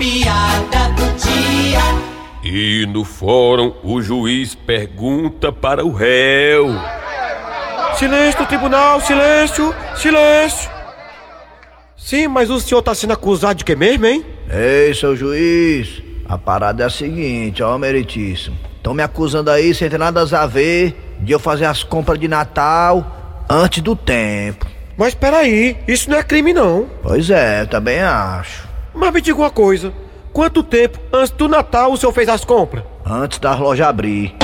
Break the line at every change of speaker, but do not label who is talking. piada do dia.
E no fórum, o juiz pergunta para o réu.
Silêncio do tribunal, silêncio, silêncio. Sim, mas o senhor tá sendo acusado de quê mesmo, hein?
Ei, seu juiz, a parada é a seguinte, ó, meritíssimo. Estão me acusando aí, sem ter nada a ver, de eu fazer as compras de Natal antes do tempo.
Mas peraí, isso não é crime não.
Pois é, eu também acho.
Mas me diga uma coisa: quanto tempo antes do Natal o senhor fez as compras?
Antes da loja abrir.